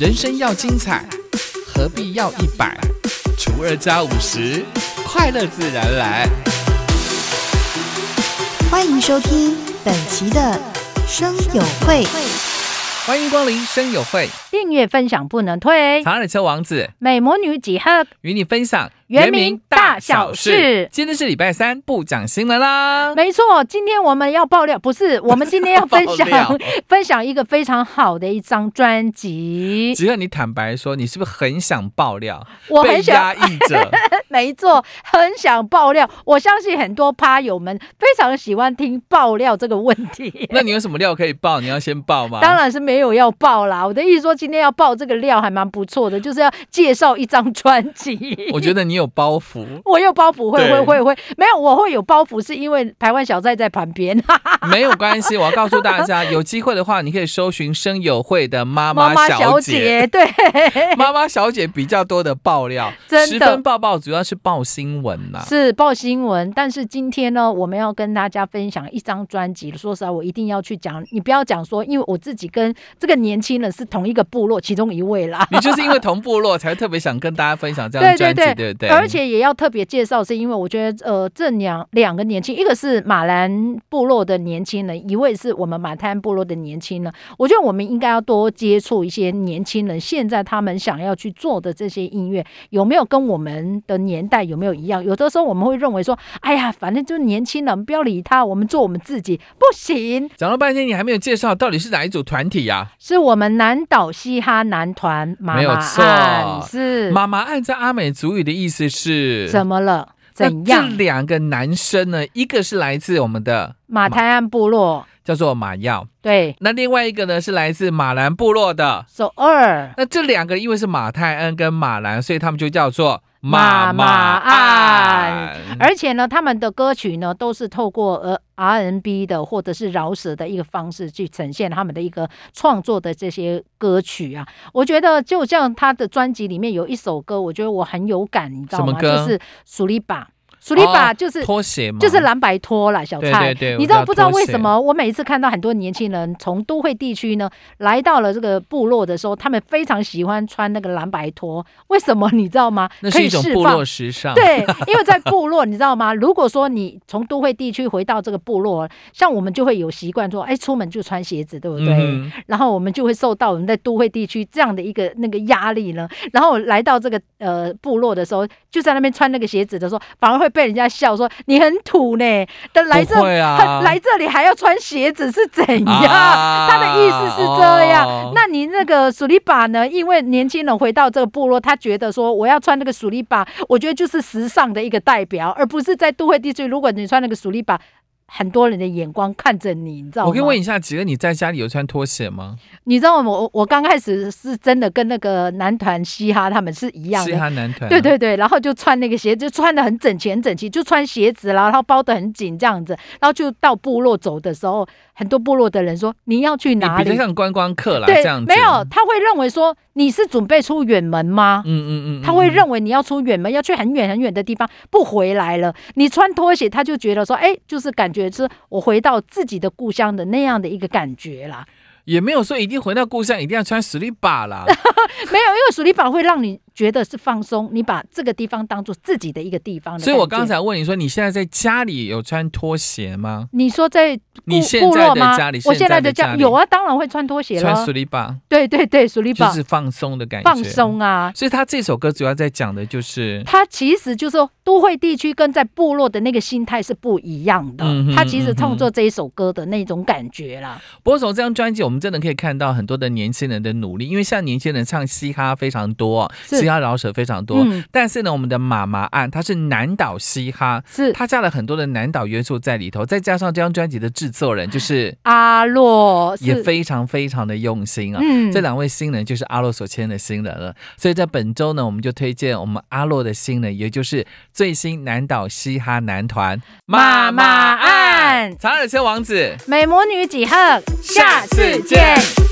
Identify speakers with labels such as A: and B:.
A: 人生要精彩，何必要一百除二加五十？快乐自然来。
B: 欢迎收听本期的生友会。
A: 欢迎光临生友会，
C: 订阅分享不能退。
A: 长耳秋王子
C: 美魔女几何？
A: 与你分享
C: 原名大小事
A: 今天是礼拜三，不讲新闻啦。
C: 没错，今天我们要爆料，不是我们今 天要分
A: 爆
C: 享分享一个非常好的一张专辑。
A: 只要你坦白说，你是不是很想爆料？
C: 我很
A: 被压
C: 想，
A: 抑 着。
C: 没错，很想爆料。我相信很多趴友们非常喜欢听爆料这个问 题。
A: 那你有什么料可以爆？你要先爆吗？
C: 当然是没有要爆啦，我的意思说今天要爆这个料还蛮不错的，就是要介绍一张专辑。，
A: 我觉得你有包袱
C: 我有包袱，会
A: 对
C: 会会会，没有我会有包袱，是因为台湾小寨在旁边。
A: 没有关系。我要告诉大家，有机会的话，你可以搜寻生友会的妈
C: 妈 妈
A: 小
C: 小
A: 姐。
C: 姐，对，
A: 妈妈小姐比较多的爆料，
C: 真
A: 十
C: 的
A: 分爆爆主要是爆新闻呐、
C: 是报新闻。但是今天呢，我们要跟大家分享一张专辑。说实话，我一定要去讲，你不要讲说，因为我自己跟这个年轻人是同一个部落其中一位啦。
A: 你就是因为同部落，才特别想跟大家分享这
C: 对
A: 样
C: 对
A: 专辑，
C: 对
A: 对不对？
C: 而且也要特别介绍，是因为我觉得，呃，这两两个年轻，一个是马兰部落的年轻人，一位是我们马滩部落的年轻人。我觉得我们应该要多接触一些年轻人，现在他们想要去做的这些音乐，有没有跟我们的年代有没有一样？有的时候我们会认为说，哎呀，反正就是年轻人，不要理他，我们做我们自己，不行，
A: 讲了半天，你还没有介绍到底是哪一组团体呀、
C: 是我们南岛嘻哈男团妈
A: 没有
C: 妈
A: 错
C: 案是
A: 妈妈按在阿美族语的意思是
C: 怎么了？怎
A: 那这
C: 样？
A: 两个男生呢，一个是来自我们的
C: 马台岸部落。
A: 叫做马耀，
C: 对，
A: 那另外一个呢是来自马兰部落的。
C: 首尔
A: 那这两个因为是马泰恩跟马兰，所以他们就叫做
C: 马
A: 马
C: 岸
A: 岸
C: 而且呢，他们的歌曲呢都是透过呃 R&B 的或者是饶舌的一个方式去呈现他们的一个创作的这些歌曲啊。我觉得就像他的专辑里面有一首歌，我觉得我很有感，你知道
A: 什
C: 吗？
A: 么歌
C: 就是《苏里巴》，苏里巴
A: 哦
C: 就是。
A: 拖鞋嘛，
C: 就是蓝白拖啦，小
A: 对
C: 蔡。
A: 对对
C: 你知道
A: 我
C: 不
A: 知
C: 知
A: 道
C: 道为
A: 拖鞋
C: 什么？我每一次看到很多年轻人从都会地区呢来到了这个部落的时候，他们非常喜欢穿那个蓝白拖，为什么？你知道吗？
A: 那
C: 可
A: 是
C: 以
A: 一种
C: 释
A: 部
C: 放
A: 落时尚，，
C: 对，因为在部落，你知道吗？如果说你从都会地区回到这个部落，像我们就会有习惯说，哎，出门就穿鞋子，对不对？
A: 嗯哼，
C: 然后我们就会受到我们在都会地区这样的一个那个压力呢。然后来到这个呃部落的时候，就在那边穿那个鞋子的时候，反而会被人家笑说你很土呢。但来这
A: 不会啊，
C: 来这里还要穿鞋子是怎样？
A: 啊
C: 他的意思是这样。
A: 哦
C: 那你那个鼠利巴呢？因为年轻人回到这个部落，他觉得说我要穿那个鼠利巴，我觉得就是时尚的一个代表，而不是在都会地区。如果你穿那个鼠利巴，很多人的眼光看着你，你知道吗？
A: 我可以问一下，几个你在家里有穿拖鞋吗？
C: 你知道吗我我刚开始是真的跟那个男团嘻哈他们是一样
A: 嘻
C: 的。
A: 哈男团，啊
C: 对，对对，然后就穿那个鞋，就穿的很整齐很整齐，就穿鞋子啦，然后包的很紧这样子，然后就到部落走的时候，很多部落的人说你要去
A: 你
C: 哪
A: 比较
C: 里？
A: 像观光客啦，
C: 对
A: 这样，子，
C: 没有，，他会认为说你是准备出远门吗？
A: 嗯嗯嗯，
C: 他会
A: 嗯。
C: 认为你要出远门，要去很远很远的地方，不回来了。你穿拖鞋，他就觉得说，哎，就是感觉是我回到自己的故乡的那样的一个感觉啦。
A: 也没有说一定回到故乡一定要穿实力把 啦，
C: 没有，因为鼠力法会让你觉得是放松，你把这个地方当做自己的一个地方的
A: 所以我
C: 感
A: 刚
C: 觉
A: 才问你说，你现在在家里有穿拖鞋吗？
C: 你说在部
A: 你现
C: 部
A: 在
C: 落
A: 的
C: 吗
A: 家里？
C: 我
A: 现
C: 现
A: 在
C: 在
A: 的
C: 的
A: 家
C: 家
A: 里
C: 有啊，当然会穿拖鞋
A: 穿
C: 了
A: 实。力把
C: 对对对，鼠力
A: 就
C: 法
A: 是放松的感觉，
C: 放。松啊。
A: 所以他这首歌主要在讲的就是，
C: 它其实就是说，都会地区跟在部落的那个心态是不一样的
A: 嗯哼。嗯
C: 他其实
A: 嗯哼
C: 创作这一首歌的那种感觉啦，
A: 不过从这张专辑，我们真的可以看到很多的年轻人的努力，因为现在年轻人唱嘻哈非常多，
C: 是
A: 嘻哈饶舌非常多。
C: 嗯
A: 但是呢，我们的妈妈案它是南岛嘻哈，
C: 是
A: 它加了很多的南岛元素在里头，再加上这张专辑的制作人就是
C: 阿洛
A: 也
C: 是
A: 非常非常的用心啊。
C: 嗯
A: 这两位新人就是阿洛所签的新人了，所以在本周呢，我们就推荐我们阿洛的新人，也就是最新南岛嘻哈男团
C: 妈妈案
A: 查尔车王子，
C: 美魔女几何，下次见。